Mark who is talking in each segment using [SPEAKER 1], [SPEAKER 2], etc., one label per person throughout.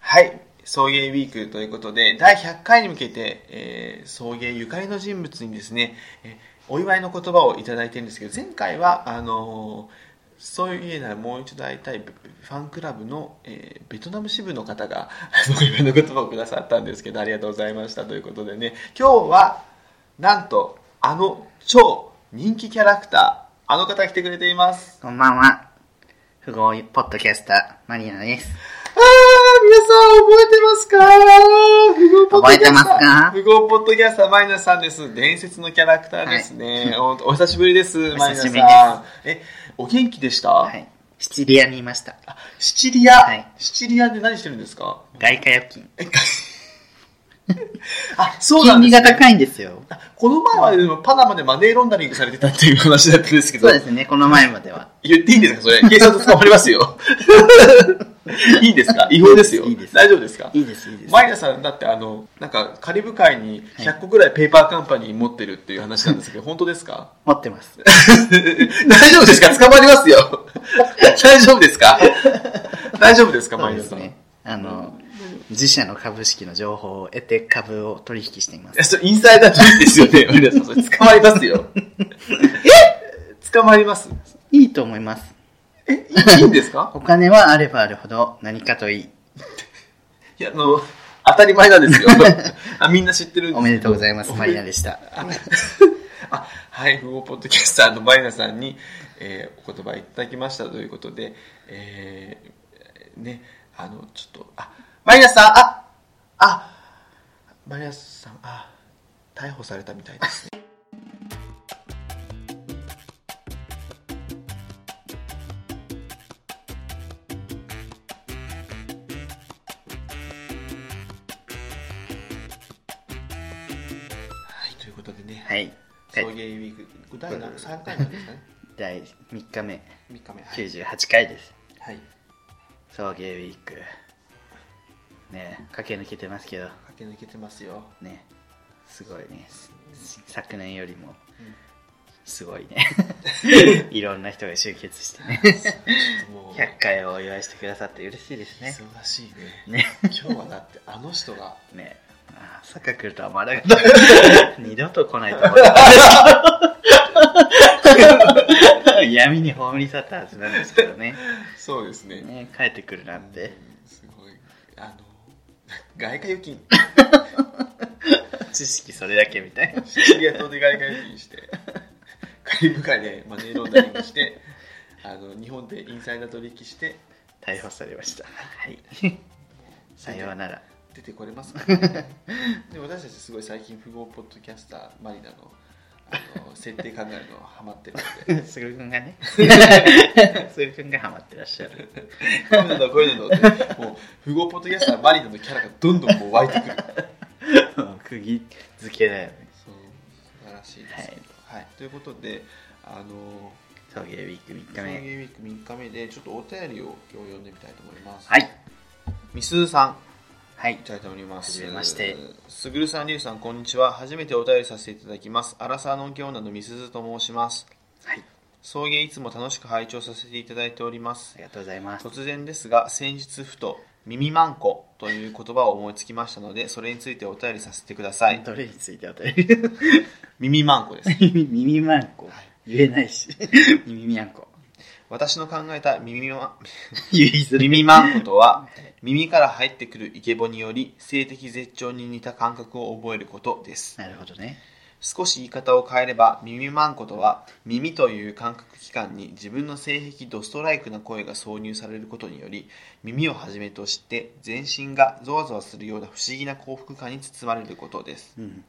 [SPEAKER 1] はい送迎ウィークということで第100回に向けて、えー送迎ゆかりの人物にですね、えーお祝いの言葉をいただいてるんですけど前回はあのーそういう家ならもう一度会いたいファンクラブの、えーベトナム支部の方があのお祝いの言葉をくださったんですけどありがとうございましたということでね今日はなんとあの超人気キャラクターあの方が来てくれています
[SPEAKER 2] こんばんは。不合ポッドキャスター、マリアです。
[SPEAKER 1] あー、皆さん覚えてますか
[SPEAKER 2] 覚えてますか
[SPEAKER 1] 不合ポッドキャスター、マイナさんです。伝説のキャラクターですね。ほんとお久しぶりです、マイナ
[SPEAKER 2] 久しぶり
[SPEAKER 1] さん。え、お元気でした、
[SPEAKER 2] はい。シチリアにいました。
[SPEAKER 1] あシチリア、
[SPEAKER 2] はい
[SPEAKER 1] シチリアで何してるんですか
[SPEAKER 2] 外貨預金。
[SPEAKER 1] あ、そうな
[SPEAKER 2] 金
[SPEAKER 1] んです、
[SPEAKER 2] 利が高いんですよ。
[SPEAKER 1] あこの前はでもパナマでマネーロンダリングされてたっていう話だったんですけど
[SPEAKER 2] そう、ですね、この前までは。
[SPEAKER 1] 言っていいんですかそれ。警察捕まります よ。いいんですか違法ですよ。
[SPEAKER 2] いいです
[SPEAKER 1] 大丈夫ですか
[SPEAKER 2] いいです、いいです。
[SPEAKER 1] マイナさんだってあのなんかカリブ海に100個ぐらいペーパーカンパニー持ってるっていう話なんです けど、本当ですか
[SPEAKER 2] 持ってます。
[SPEAKER 1] 大丈夫ですか捕まりますよ 大丈夫ですか大丈夫ですか
[SPEAKER 2] そ
[SPEAKER 1] マ
[SPEAKER 2] う
[SPEAKER 1] イ
[SPEAKER 2] で
[SPEAKER 1] ナ
[SPEAKER 2] す
[SPEAKER 1] さん、
[SPEAKER 2] ね。あの、自社の株式の情報を得て株を取引していま
[SPEAKER 1] いやそ
[SPEAKER 2] す。
[SPEAKER 1] れインサイダージョークですよねマイナさんそれ捕まります よえ捕まります
[SPEAKER 2] いいと思います。
[SPEAKER 1] えいいいんですか
[SPEAKER 2] お金はあればあるほど何かといい。
[SPEAKER 1] いやあの当たり前なん ですよあみんな知ってるんです
[SPEAKER 2] おめでとうございます、マリアでした。
[SPEAKER 1] あはい、不合ポッドキャスターのマイナさんに、えーお言葉いただきましたということで、えーね、あの、ちょっと、あ、マイナさん、あ、あ、マイナさん、あ、逮捕されたみたいですね。はいということでね、
[SPEAKER 2] はい。
[SPEAKER 1] 送迎ウィーク、第何3回なんですかね、
[SPEAKER 2] 第3日目、
[SPEAKER 1] 3日目。はい。
[SPEAKER 2] 98回です。
[SPEAKER 1] はい、
[SPEAKER 2] 送迎ウィーク。ねえ駆け抜けてますけど。
[SPEAKER 1] 駆け抜けてますよ。
[SPEAKER 2] ねすごいねし昨年よりも
[SPEAKER 1] うん
[SPEAKER 2] すごいね いろんな人が集結してね
[SPEAKER 1] もう、
[SPEAKER 2] 100回をお祝いしてくださって嬉しいですね
[SPEAKER 1] 忙しいね。
[SPEAKER 2] ね
[SPEAKER 1] 今日はだって、あの人が、
[SPEAKER 2] ね朝来るとは思わなかった 二度と来ないと思ってたん ですけど闇に葬り去ったはずなんですけどね
[SPEAKER 1] そうですね。
[SPEAKER 2] ね帰ってくるなんて
[SPEAKER 1] うんすごい。あの、外貨預金、
[SPEAKER 2] 知識それだけみたいな
[SPEAKER 1] シチリア島で外貨預金 して、カリブ海でマネーロンダリングして、あの日本でインサイダー取引して、
[SPEAKER 2] 逮捕されましたはいさようなら
[SPEAKER 1] 出てこれます か、ね、で私たちすごい最近富豪ポッドキャスターマリナのあ の設定考えるのハマってるのです
[SPEAKER 2] ぐくんがね。 すぐくんがハマってらっしゃる。
[SPEAKER 1] こういうのだこういうのだってもう富豪ポッドキャスターマリナのキャラがどんどんこう湧いてくる
[SPEAKER 2] 釘付けだよね。
[SPEAKER 1] そう素晴らしいですけど、はいということであの
[SPEAKER 2] 送迎ウィーク3日
[SPEAKER 1] ソングウ
[SPEAKER 2] 目。
[SPEAKER 1] ィーク3日目でちょっとお便りを今日読んでみたいと思います
[SPEAKER 2] はい。
[SPEAKER 1] みすーさん
[SPEAKER 2] はい
[SPEAKER 1] い。ただいております。
[SPEAKER 2] はじめまして。
[SPEAKER 1] すぐるさん、りゅうさん、こんにちは。初めてお便りさせていただきます。アラサーのんけ女のみすずと申します。
[SPEAKER 2] はい。
[SPEAKER 1] 送迎いつも楽しく拝聴させていただいておりま
[SPEAKER 2] あ
[SPEAKER 1] す
[SPEAKER 2] りがとうございます。
[SPEAKER 1] 突然ですが先日ふと「耳まんこ」という言葉を思いつきましたのでそれについてお便りさせてください
[SPEAKER 2] どれについてお便り
[SPEAKER 1] 耳まんこです
[SPEAKER 2] 耳耳まんこ。言えないし。耳まんこ。
[SPEAKER 1] 私の考えた耳ま
[SPEAKER 2] 言いづらい。
[SPEAKER 1] 耳まんことは耳から入ってくるイケボにより性的絶頂に似た感覚を覚えることです
[SPEAKER 2] なるほどね。
[SPEAKER 1] 少し言い方を変えれば耳まんことは耳という感覚器官に自分の性癖ドストライクな声が挿入されることにより耳をはじめとして全身がゾワゾワするような不思議な幸福感に包まれることです
[SPEAKER 2] うん。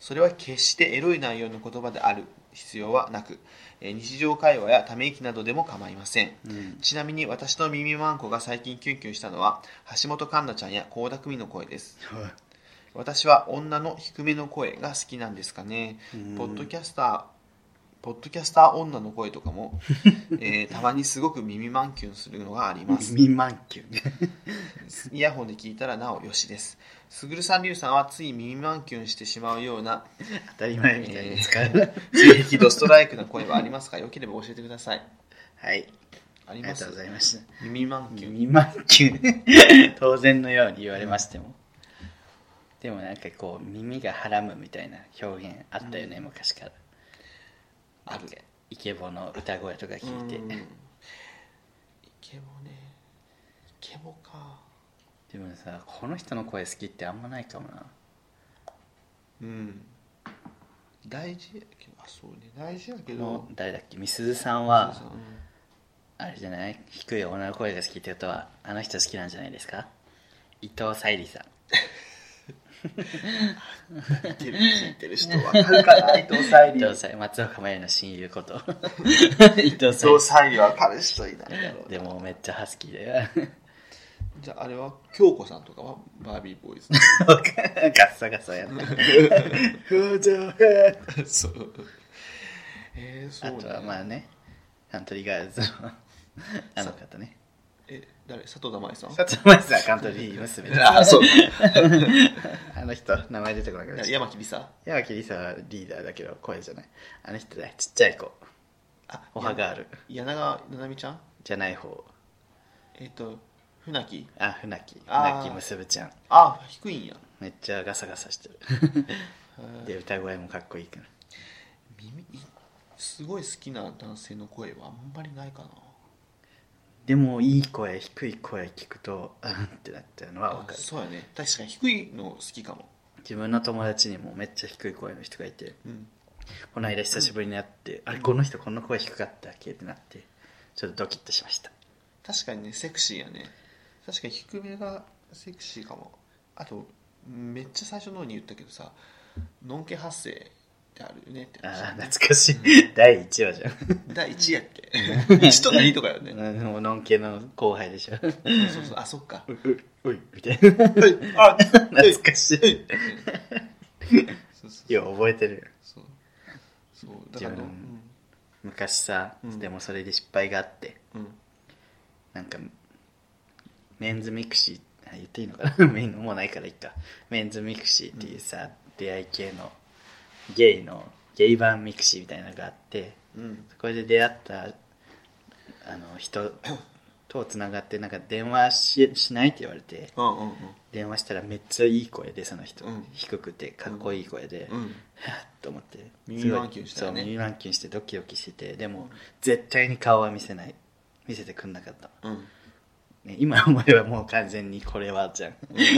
[SPEAKER 1] それは決してエロい内容の言葉である必要はなくえー日常会話やため息などでも構いません
[SPEAKER 2] うん。
[SPEAKER 1] ちなみに私の耳まんこが最近キュンキュンしたのは橋本環奈ちゃんや倖田來未の声です私は女の低めの声が好きなんですかねポッドキャスターポッドキャスター女の声とか も、えーたまにすごく耳まんキュンするのがあります
[SPEAKER 2] 耳まんきゅう。
[SPEAKER 1] イヤホンで聞いたらなおよしですすぐるさんりゅうさんはつい耳まんキュンしてしまうような
[SPEAKER 2] 当たり前みたいに使う。
[SPEAKER 1] 性癖ドストライクな声はありますかよければ教えてください
[SPEAKER 2] はい。
[SPEAKER 1] あり
[SPEAKER 2] りが
[SPEAKER 1] ま
[SPEAKER 2] と
[SPEAKER 1] す
[SPEAKER 2] うございました。
[SPEAKER 1] 耳満球
[SPEAKER 2] 2万球当然のように言われましても、でもなんかこう耳がはらむみたいな表現あったよね、昔から
[SPEAKER 1] ある
[SPEAKER 2] なんかイケボの歌声とか聞いて、
[SPEAKER 1] うんイ
[SPEAKER 2] で
[SPEAKER 1] ケボねイケボか
[SPEAKER 2] もさこの人の声好きってあんまないかもな
[SPEAKER 1] うん大事やけどあそうね大事やけ
[SPEAKER 2] も
[SPEAKER 1] ど
[SPEAKER 2] う誰だっけみすずさん
[SPEAKER 1] そう
[SPEAKER 2] は
[SPEAKER 1] そう
[SPEAKER 2] あれじゃない低い女の声が好きってことはあの人好きなんじゃないですか伊藤沙莉さん
[SPEAKER 1] うん聞いてる聞いてる人わかるかな伊藤沙
[SPEAKER 2] 伊
[SPEAKER 1] 莉
[SPEAKER 2] 藤沙莉松岡茉優の親友こと 伊藤
[SPEAKER 1] 伊
[SPEAKER 2] 沙莉
[SPEAKER 1] 藤沙莉わかる人いないだろう
[SPEAKER 2] でもめっちゃハスキーだ よ
[SPEAKER 1] じゃああれは京子さんとかはバービーボーイズ
[SPEAKER 2] ガッサガサやな。
[SPEAKER 1] そうえー、
[SPEAKER 2] あ
[SPEAKER 1] そう
[SPEAKER 2] とはまあね、カントリーガールズのあの方ね。
[SPEAKER 1] え誰佐藤珠恵さん
[SPEAKER 2] さつまいさんカントリー娘です。
[SPEAKER 1] あ そう
[SPEAKER 2] あの人、名前出てこなくなっちゃっ
[SPEAKER 1] 山木梨沙
[SPEAKER 2] た。山木りさはリーダーだけど、声じゃない。あの人だ、ちっちゃい子。
[SPEAKER 1] あ
[SPEAKER 2] おはガール。
[SPEAKER 1] 柳川ななみちゃん
[SPEAKER 2] じゃない方。
[SPEAKER 1] えっ、と船木
[SPEAKER 2] あ、船木。
[SPEAKER 1] あー
[SPEAKER 2] 船木結ぶちゃん。
[SPEAKER 1] あ低いんや
[SPEAKER 2] めっちゃガサガサしてる。 で、歌声もかっこいいから。
[SPEAKER 1] 耳すごい好きな男性の声はあんまりないかな
[SPEAKER 2] でも、いい声、低い声聞くと、あんってなっちゃうのはわかる。
[SPEAKER 1] そうやね確かに低いの好きかも
[SPEAKER 2] 自分の友達にもめっちゃ低い声の人がいて、
[SPEAKER 1] うん
[SPEAKER 2] この間久しぶりに会って、あれこの人こんな声低かったっけってなってちょっとドキッとしました
[SPEAKER 1] 確かにねセクシーやね確かに低めがセクシーかもあとめっちゃ最初の方に言ったけどさのんけ発声ってあるよねって
[SPEAKER 2] あ
[SPEAKER 1] 話
[SPEAKER 2] あ懐かしい第1話じゃん
[SPEAKER 1] 第1やっけ1と2とかよね
[SPEAKER 2] うんもうのんけの後輩でしょ
[SPEAKER 1] そうそうあそっか
[SPEAKER 2] ううういみたいな
[SPEAKER 1] あ
[SPEAKER 2] 懐かしい
[SPEAKER 1] そうそう
[SPEAKER 2] よう覚えてるよ
[SPEAKER 1] そうそうだからね
[SPEAKER 2] 自分昔さ、
[SPEAKER 1] うん
[SPEAKER 2] でもそれで失敗があって
[SPEAKER 1] うんうん
[SPEAKER 2] なんかメンズミクシーあ言っていいのかな メンもうないからいっかメンズミクシーっていうさ、出会い系のゲイのゲイ版ミクシーみたいなのがあって
[SPEAKER 1] うん
[SPEAKER 2] そこで出会ったあの人とつながってなんか電話ししないって言われて
[SPEAKER 1] うんうん
[SPEAKER 2] 電話したらめっちゃいい声でその人、
[SPEAKER 1] うん
[SPEAKER 2] 低くてかっこいい声で、
[SPEAKER 1] う
[SPEAKER 2] は
[SPEAKER 1] ん
[SPEAKER 2] ぁっと思って
[SPEAKER 1] 耳
[SPEAKER 2] すごい
[SPEAKER 1] 軟禁したよね
[SPEAKER 2] そう耳軟禁してドキドキしててでも、絶対に顔は見せない見せてくんなかった、
[SPEAKER 1] うんうん
[SPEAKER 2] ね、今思えばもう完全にこれはじゃん、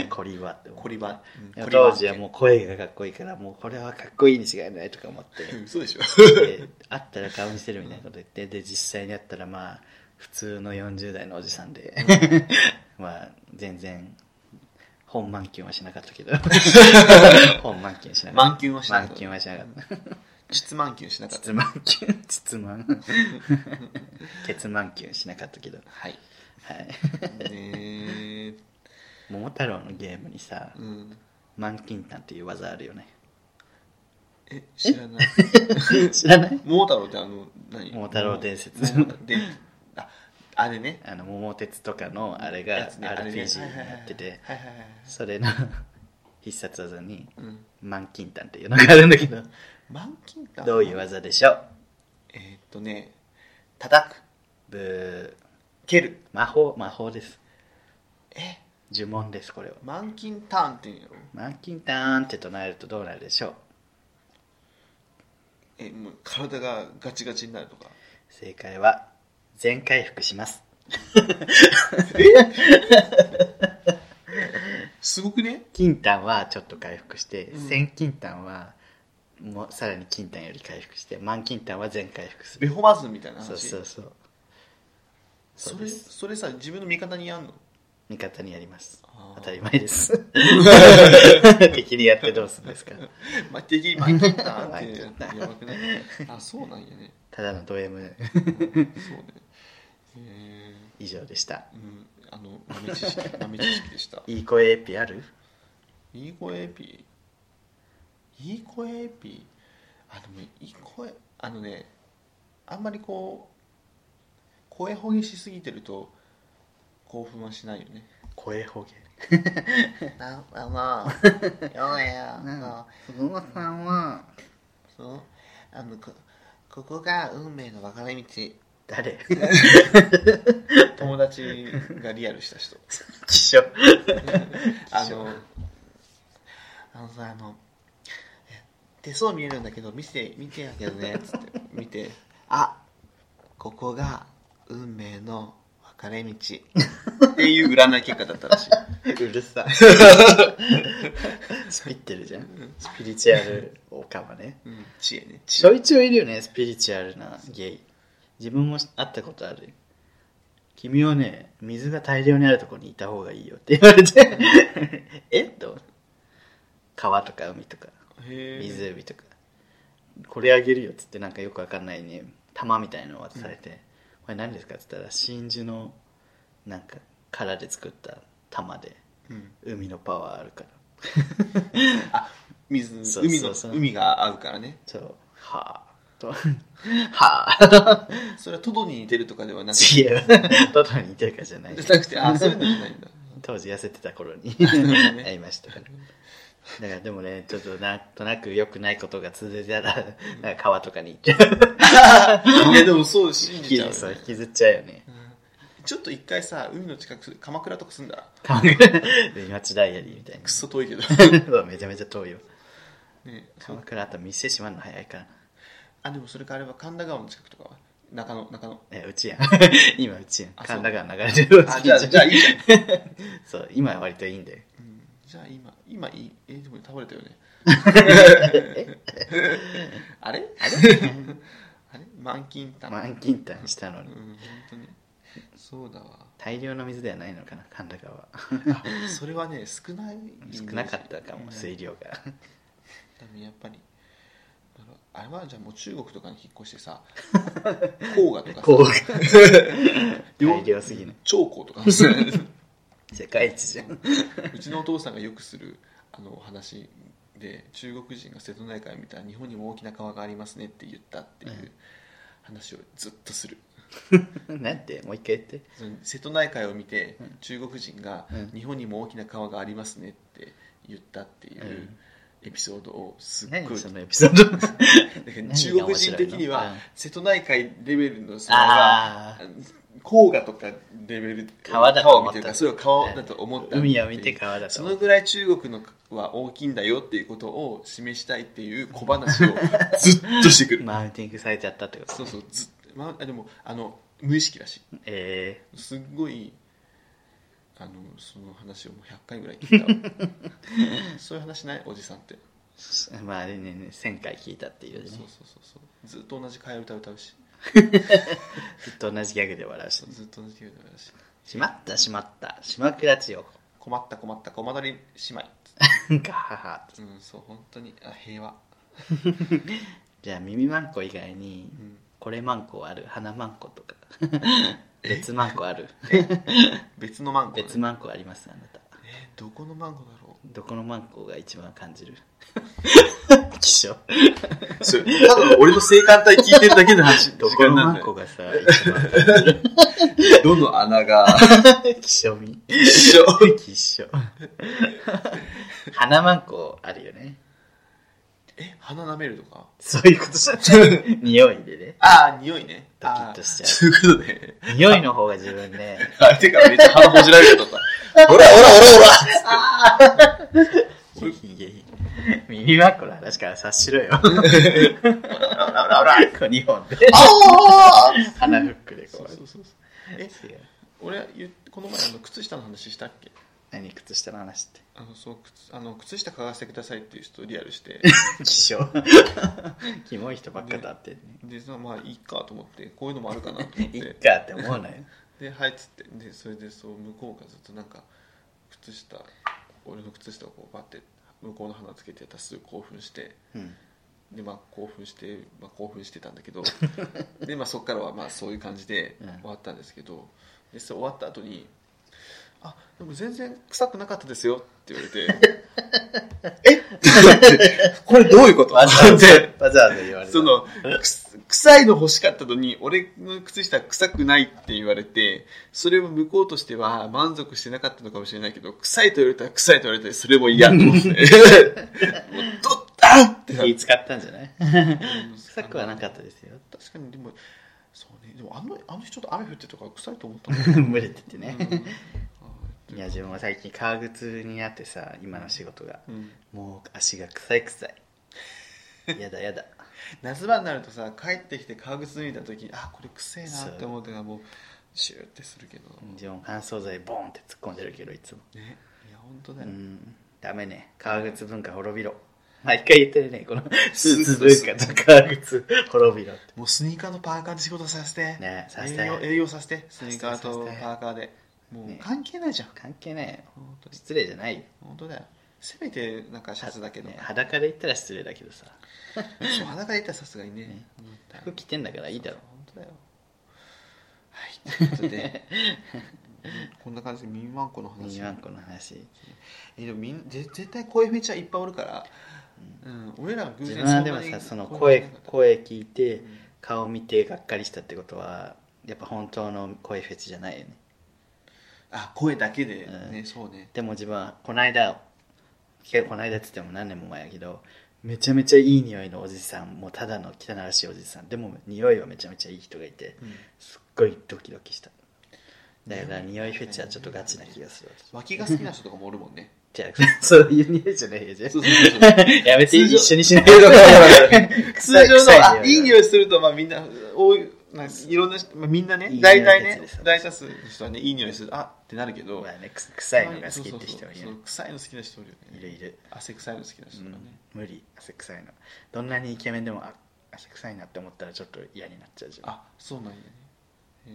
[SPEAKER 2] これはって思う
[SPEAKER 1] コリバ
[SPEAKER 2] いや当時はもう声がかっこいいからもうこれはかっこいいに違いないとか思って
[SPEAKER 1] うん嘘で しょ
[SPEAKER 2] で会ったら顔見せるみたいなこと言ってで実際に会ったらまあ普通の40代のおじさんで まあ全然本満勤はしなかった けど本満勤しなかった
[SPEAKER 1] 満勤はしなかった
[SPEAKER 2] 満勤はしなかった
[SPEAKER 1] 実満球しなかった
[SPEAKER 2] 実満勤実満血満勤しなかったけど
[SPEAKER 1] はい
[SPEAKER 2] はい
[SPEAKER 1] ねえ
[SPEAKER 2] 桃太郎のゲームにさ
[SPEAKER 1] うん
[SPEAKER 2] 満勤探っていう技あるよね
[SPEAKER 1] え知ら ない
[SPEAKER 2] 知らない
[SPEAKER 1] 桃太郎ってあの何
[SPEAKER 2] 桃太郎伝説
[SPEAKER 1] 桃太郎でああれね
[SPEAKER 2] あの桃鉄とかのあれ
[SPEAKER 1] や
[SPEAKER 2] が
[SPEAKER 1] つねあれね
[SPEAKER 2] RPG になってて
[SPEAKER 1] はいはいはいはい
[SPEAKER 2] それの 必殺技に
[SPEAKER 1] うん
[SPEAKER 2] 満金炭っていうのがあるんだけど
[SPEAKER 1] 満金か
[SPEAKER 2] どういう技でしょう
[SPEAKER 1] えーっとね叩く
[SPEAKER 2] ブー
[SPEAKER 1] 蹴る
[SPEAKER 2] 魔法魔法です
[SPEAKER 1] え
[SPEAKER 2] 呪文ですこれは
[SPEAKER 1] 満金ターンって言うんやろ
[SPEAKER 2] 満金炭って唱えるとどうなるでしょう
[SPEAKER 1] えもう体がガチガチになるとか
[SPEAKER 2] 正解は全回復します
[SPEAKER 1] すごくね
[SPEAKER 2] 金炭はちょっと回復して
[SPEAKER 1] うん
[SPEAKER 2] 千金炭はもうさらに金炭より回復して満金炭は全回復す
[SPEAKER 1] ベ
[SPEAKER 2] る
[SPEAKER 1] ホマズムみたいな話
[SPEAKER 2] そうそうそう
[SPEAKER 1] そ
[SPEAKER 2] そう
[SPEAKER 1] れ
[SPEAKER 2] です
[SPEAKER 1] それさ自分の味方にやんの
[SPEAKER 2] 味方にやります
[SPEAKER 1] あー
[SPEAKER 2] 当た り前です敵にやってどうするんですか
[SPEAKER 1] まあ、敵に負けたっ
[SPEAKER 2] 負
[SPEAKER 1] て
[SPEAKER 2] け
[SPEAKER 1] や
[SPEAKER 2] た
[SPEAKER 1] ばく ないあそうなんやね
[SPEAKER 2] ただのド M
[SPEAKER 1] そうねえ
[SPEAKER 2] 以上でした
[SPEAKER 1] ー、うんあの豆知識豆知識でした
[SPEAKER 2] いい声エピある
[SPEAKER 1] いい声エピいい声エピあでもいい声あのねあんまりこう声ほげしすぎてると興奮はしないよね
[SPEAKER 2] 声ほ
[SPEAKER 1] なんかまあ、ようや、あ
[SPEAKER 2] げふもさんは
[SPEAKER 1] の、あのこ、ここが運命の分かれ道
[SPEAKER 2] 誰
[SPEAKER 1] 友達がリアルした人
[SPEAKER 2] 気象
[SPEAKER 1] あのあのさあのえ手相見えるんだけど見て見てやけどねつって見てあここが運命の分かれ道っていう占い結果だったら しい
[SPEAKER 2] うるさ いスピってるじゃんスピリチュアルオカマね
[SPEAKER 1] うん知恵ね
[SPEAKER 2] ちょいちょいいるよねスピリチュアルなゲイ自分も会ったことあるよ君はね水が大量にあるところにいた方がいいよって言われてえっと川とか海とか
[SPEAKER 1] へ
[SPEAKER 2] 湖とか、これあげるよっつってなんかよくわかんないね玉みたいのを渡されて、これ何ですかっつったら真珠のなんか殻で作った玉で
[SPEAKER 1] え、うん、
[SPEAKER 2] 海のパワーあるから
[SPEAKER 1] あ水
[SPEAKER 2] そう
[SPEAKER 1] 海
[SPEAKER 2] そ
[SPEAKER 1] の
[SPEAKER 2] うそう
[SPEAKER 1] 海が合うからね
[SPEAKER 2] そうはあとはあ
[SPEAKER 1] それはトドに似てるとかではなくて
[SPEAKER 2] 違う トトロに似てるからじゃない
[SPEAKER 1] じゃなくてあそういうのじゃ ないんだ
[SPEAKER 2] 当時痩せてた頃に
[SPEAKER 1] ね
[SPEAKER 2] 会いましたからだからでもねちょっとなんとなく良くないことが続いたらなんか川とかに行っちゃう
[SPEAKER 1] いやでもそう信じちゃうよね
[SPEAKER 2] そう引きずっちゃうよね
[SPEAKER 1] ちょっと一回さ海の近く鎌倉とか住んだら
[SPEAKER 2] 川で町ダイアリーみた い
[SPEAKER 1] くっそ遠いけど、
[SPEAKER 2] なめちゃめちゃ遠いよ
[SPEAKER 1] ね、
[SPEAKER 2] 鎌倉あと店閉まるの早いから
[SPEAKER 1] あでもそれかあれば神田川の近くとかは中野中 野
[SPEAKER 2] えうちやん今うちやん
[SPEAKER 1] あそう
[SPEAKER 2] 神田川流れてる
[SPEAKER 1] あじゃあじゃあいいじゃん、
[SPEAKER 2] そう今は割といいんだよ
[SPEAKER 1] うんじゃあ今今いいえでも倒れたよ ねあれあれあれ満金玉、
[SPEAKER 2] 満金炭したの
[SPEAKER 1] うん
[SPEAKER 2] に
[SPEAKER 1] 本当にそうだわ
[SPEAKER 2] 大量の水ではないのかな神田川は
[SPEAKER 1] それはね少ないイメージ
[SPEAKER 2] 少なかったか
[SPEAKER 1] う
[SPEAKER 2] も
[SPEAKER 1] ん
[SPEAKER 2] 水量が
[SPEAKER 1] 多分やっぱりなんだろうあれはじゃあもう中国とかに引っ越して さ黄河とかさ
[SPEAKER 2] こう
[SPEAKER 1] よ
[SPEAKER 2] 大量すぎない
[SPEAKER 1] 長江とかさ
[SPEAKER 2] 世界一じゃん
[SPEAKER 1] うちのお父さんがよくするあのお話で中国人が瀬戸内海を見たら日本にも大きな川がありますねって言ったっていううん話をずっとする、
[SPEAKER 2] なんてもう一回言って
[SPEAKER 1] その瀬戸内海を見て
[SPEAKER 2] うん
[SPEAKER 1] 中国人が
[SPEAKER 2] うん
[SPEAKER 1] 日本にも大きな川がありますねって言ったっていううんエピソードをすっご
[SPEAKER 2] 何
[SPEAKER 1] い
[SPEAKER 2] そのエピソー ド
[SPEAKER 1] だから
[SPEAKER 2] 何が
[SPEAKER 1] 中
[SPEAKER 2] 面白いの
[SPEAKER 1] 国人的に
[SPEAKER 2] う
[SPEAKER 1] は
[SPEAKER 2] ん
[SPEAKER 1] 瀬戸内海レベルのそれは
[SPEAKER 2] ああ
[SPEAKER 1] 黄河とかレベル
[SPEAKER 2] 川だと思
[SPEAKER 1] 川を見
[SPEAKER 2] って
[SPEAKER 1] るか
[SPEAKER 2] た
[SPEAKER 1] らそれを川だと思ったっていう
[SPEAKER 2] 海を見て川だ
[SPEAKER 1] その
[SPEAKER 2] と
[SPEAKER 1] ぐらい中国のは大きいんだよっていうことを示したいっていう小話をずっとしてくる
[SPEAKER 2] マウンティングされちゃったってこと
[SPEAKER 1] そうそうずっまあでもあの無意識だし
[SPEAKER 2] え
[SPEAKER 1] いすっごいあのその話をもう100回ぐらい聞いたわそういう話ないおじさんって、
[SPEAKER 2] ー、まあねね1000回聞いたっていうね
[SPEAKER 1] そうそうそうそうずっと同じ替え歌歌うし
[SPEAKER 2] ずっと同じギャグで笑うし
[SPEAKER 1] ずっと同じ替え歌歌うし
[SPEAKER 2] しまったしまった島倉千代子
[SPEAKER 1] 困った困った困だり姉妹
[SPEAKER 2] ガハハ
[SPEAKER 1] うんそう本当にあ平和
[SPEAKER 2] じゃあ耳まんこ以外に
[SPEAKER 1] ん
[SPEAKER 2] これまんこある鼻まんこと か別まんこある
[SPEAKER 1] 別のマンゴー、ね、
[SPEAKER 2] 別まんこありますあなた
[SPEAKER 1] えーどこのマンゴーだろ
[SPEAKER 2] どこのまんこが一番感じ る気象
[SPEAKER 1] うそれただ俺の性感帯聞いてるだけの 話
[SPEAKER 2] どこのまんこがさ一番感じる
[SPEAKER 1] どの穴が
[SPEAKER 2] 気象み
[SPEAKER 1] 一緒
[SPEAKER 2] 気象鼻まんこあるよね
[SPEAKER 1] え鼻舐めるとか
[SPEAKER 2] そういうことじゃない匂いでね
[SPEAKER 1] ああ匂いね
[SPEAKER 2] ドキッとしちゃう
[SPEAKER 1] うそういうことね
[SPEAKER 2] 匂いの方が自分ね
[SPEAKER 1] 相手からめっちゃ鼻ほじられるとかほらほら
[SPEAKER 2] 耳まんこの話から察しろよほらほらほらほらこう2本で
[SPEAKER 1] ほらああ
[SPEAKER 2] 鼻フックで
[SPEAKER 1] そ
[SPEAKER 2] こ
[SPEAKER 1] う
[SPEAKER 2] う
[SPEAKER 1] そうそうえ
[SPEAKER 2] 違う
[SPEAKER 1] 俺言っこの前あの靴下の話したっけ
[SPEAKER 2] 何靴下の話って
[SPEAKER 1] あのそう靴あの靴下嗅がせてくださいっていう人リアル して
[SPEAKER 2] 気象 キモい人ばっかだってね
[SPEAKER 1] でそのまあいいかと思ってこういうのもあるかなと思っ
[SPEAKER 2] いってかって思わない
[SPEAKER 1] ではいっつってでそれでそう向こうがずっとなんか靴下俺の靴下をこうバッて向こうの鼻つけてやったらすぐ興奮して
[SPEAKER 2] うん
[SPEAKER 1] でまあ興奮して、まあ、興奮してたんだ けどで、まあ、そこからはまあそういう感じで
[SPEAKER 2] うん
[SPEAKER 1] 終わったんですけど、でそれ終わった後に「あでも全然臭くなかったですよ」って言われて 「えっ?」これどういうこと
[SPEAKER 2] わざわざわざわざ言われた
[SPEAKER 1] そのくす臭いの欲しかったのに俺の靴下臭くないって言われてそれを向こうとしては満足してなかったのかもしれないけど臭いと言われたら臭いと言われてそれも嫌と思 ってもうどっあっってなっ
[SPEAKER 2] 気使ったんじゃない
[SPEAKER 1] て
[SPEAKER 2] 臭くはなかったですよ
[SPEAKER 1] 確かにでもそうねでもあのあの日ちょっと雨降ってとか臭いと思ったも ん
[SPEAKER 2] 蒸れててね、
[SPEAKER 1] うん
[SPEAKER 2] いや自分も最近革靴になってさ今の仕事が、
[SPEAKER 1] うん
[SPEAKER 2] もう足が臭い臭いやだやだ
[SPEAKER 1] 夏場になるとさ帰ってきて革靴脱いだ時あこれ臭えなって思ってからもうシューってするけど、
[SPEAKER 2] 自分も乾燥剤ボーンって突っ込んでるけどいつも
[SPEAKER 1] ねいや本当だ
[SPEAKER 2] う
[SPEAKER 1] よ、
[SPEAKER 2] んダメね革靴文化滅びろ毎回言ってるねこのスーツ文化と革靴滅びろって
[SPEAKER 1] もうスニーカーのパーカーで仕事させて
[SPEAKER 2] ねさせて
[SPEAKER 1] 栄養栄養させてスニーカー
[SPEAKER 2] させ
[SPEAKER 1] と
[SPEAKER 2] てさせて
[SPEAKER 1] パーカーでもう
[SPEAKER 2] ね
[SPEAKER 1] 関係ないじゃん、
[SPEAKER 2] 関係ないよ
[SPEAKER 1] 本当に
[SPEAKER 2] 失礼じゃないよ
[SPEAKER 1] 本当だよせめてなんかシャツだけど、
[SPEAKER 2] ね裸で言ったら失礼だけどさ
[SPEAKER 1] そう裸でいったらさすがにね
[SPEAKER 2] ね
[SPEAKER 1] うん
[SPEAKER 2] 服着てんだからいいだろ
[SPEAKER 1] 本当だよはいということでうん こんな感じでミンマンコの話
[SPEAKER 2] 2万個の話
[SPEAKER 1] えでもみんぜ絶対声フェチャーいっぱいおるから、うん、俺らは偶
[SPEAKER 2] 自
[SPEAKER 1] 然
[SPEAKER 2] 分はでも
[SPEAKER 1] んな
[SPEAKER 2] さ
[SPEAKER 1] に
[SPEAKER 2] その
[SPEAKER 1] フェチャー
[SPEAKER 2] 声
[SPEAKER 1] なかった
[SPEAKER 2] 声聞いて、
[SPEAKER 1] うん
[SPEAKER 2] 顔見てがっかりしたってことはやっぱ本当の声フェチじゃないよね
[SPEAKER 1] あ声だけで
[SPEAKER 2] うん
[SPEAKER 1] ね、そうね
[SPEAKER 2] でも自分はこの間いやこの間っつっても何年も前やけどめちゃめちゃいい匂いのおじさんもうただの汚らしいおじさんでも匂いはめちゃめちゃいい人がいて
[SPEAKER 1] うん
[SPEAKER 2] すっごいドキドキしただから匂いフェチはちょっとガチな気がする
[SPEAKER 1] 脇が好きな人とかもおるもん ね
[SPEAKER 2] じゃあそういう匂いじゃないよじゃあ
[SPEAKER 1] そうそうそうそう
[SPEAKER 2] やめて
[SPEAKER 1] 通常
[SPEAKER 2] 一緒にしないで
[SPEAKER 1] 通常のあいい
[SPEAKER 2] い
[SPEAKER 1] 匂いするとまあみんな多いなんかいろんな人、まあ、みんなね
[SPEAKER 2] いい匂い
[SPEAKER 1] 大体ね
[SPEAKER 2] ですよ
[SPEAKER 1] 大多数の人はねいい匂いするあってなるけど、
[SPEAKER 2] まあねく臭いのが好きって人はい
[SPEAKER 1] そうそうそうそう臭いの好きな人おるよね
[SPEAKER 2] るいるいる
[SPEAKER 1] 汗臭いの好きな人とかね、
[SPEAKER 2] 無理汗臭いのどんなにイケメンでもあ汗臭いなって思ったらちょっと嫌になっちゃうじゃん
[SPEAKER 1] あそうなんやねへえ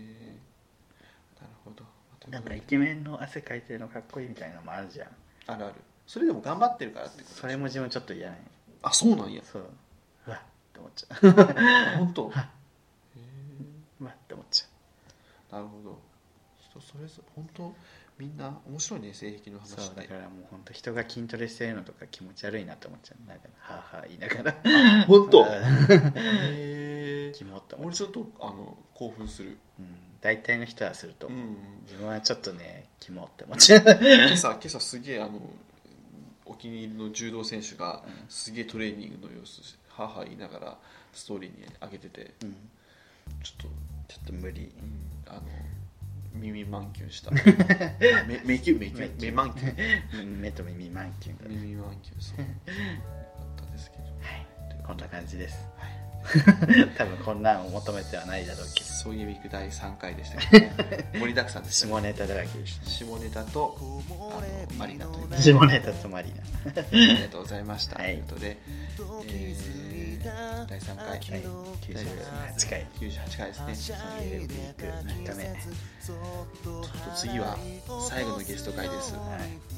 [SPEAKER 1] なるほどまた
[SPEAKER 2] なんかイケメンの汗かいてるのかっこいいみたいなのもあるじゃん
[SPEAKER 1] あるあるそれでも頑張ってるからってこと
[SPEAKER 2] それも自分ちょっと嫌ね
[SPEAKER 1] あそうなんや
[SPEAKER 2] そううわって思っ ちゃう
[SPEAKER 1] あ本当へ
[SPEAKER 2] うわって思っちゃ
[SPEAKER 1] えなるほど人それぞれ本当みんな面白いね性癖の
[SPEAKER 2] う
[SPEAKER 1] 話って
[SPEAKER 2] そうだからもう本当人が筋トレしてるのとか気持ち悪いなって思っちゃうなんかはあはあ言いながら
[SPEAKER 1] 本当
[SPEAKER 2] うん
[SPEAKER 1] へえ
[SPEAKER 2] キモって思っ
[SPEAKER 1] 俺
[SPEAKER 2] ち
[SPEAKER 1] ちょっとあの興奮する、
[SPEAKER 2] ゃう、うん、大体の人はすると
[SPEAKER 1] う、
[SPEAKER 2] 思うん自分はちょっとねキモって思っちゃう
[SPEAKER 1] 今朝今朝すげえあのお気に入りの柔道選手がすげえトレーニングの様子母言いながらストーリーに上げてて
[SPEAKER 2] うん
[SPEAKER 1] ちょっと、
[SPEAKER 2] ちょっと無理
[SPEAKER 1] うん、あの耳満球した めめきゅめきゅめ満 球
[SPEAKER 2] 目と耳満球が
[SPEAKER 1] 耳満球そうよかったですけど
[SPEAKER 2] はいこんな感じです
[SPEAKER 1] はい
[SPEAKER 2] 多分こんなんを求めてはないだろうけど
[SPEAKER 1] そういうウィーク第3回でしたけど、 盛りだくさんでした
[SPEAKER 2] 下ネタだらけでした
[SPEAKER 1] 下ネタとあのマリナと いうことで
[SPEAKER 2] 下ネタとマリナ
[SPEAKER 1] ありがとうございました。
[SPEAKER 2] はい
[SPEAKER 1] ということで、えー第3回、
[SPEAKER 2] はい98回
[SPEAKER 1] 98回ですね。
[SPEAKER 2] ゲームウィーク3日目、はい、
[SPEAKER 1] ちょっと次は最後のゲスト回です。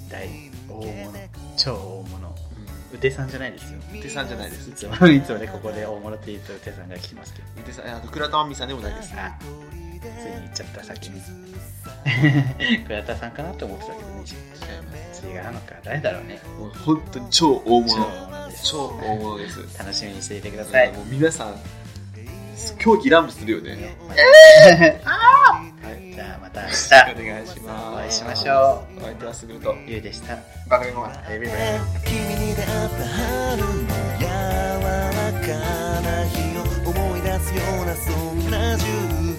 [SPEAKER 2] 大大物超大物
[SPEAKER 1] う
[SPEAKER 2] うてさんじゃないですよ
[SPEAKER 1] ん、伊手さんじゃないです
[SPEAKER 2] い。つもいつもねここで大物って言うとうてさんが来ますけど
[SPEAKER 1] 伊手さん、あと倉田真美さんでもないです。
[SPEAKER 2] あついに言っちゃった先に 倉田さんかなと思ってたけどね
[SPEAKER 1] 違います
[SPEAKER 2] 違うのか誰だろうね
[SPEAKER 1] もう本当に超大物。
[SPEAKER 2] 超大物です
[SPEAKER 1] 超大物です。
[SPEAKER 2] 楽しみにしていてください、
[SPEAKER 1] もう皆さん、狂気乱舞するよね。
[SPEAKER 2] ね はい、じゃあまた明日
[SPEAKER 1] お願いします。
[SPEAKER 2] お会いしましょ
[SPEAKER 1] う。お相手はすぐると、
[SPEAKER 2] ゆうでした
[SPEAKER 1] 番組の前。
[SPEAKER 2] バイバイ
[SPEAKER 3] 君に出会った春の柔らかな日を思い出すようなそんな10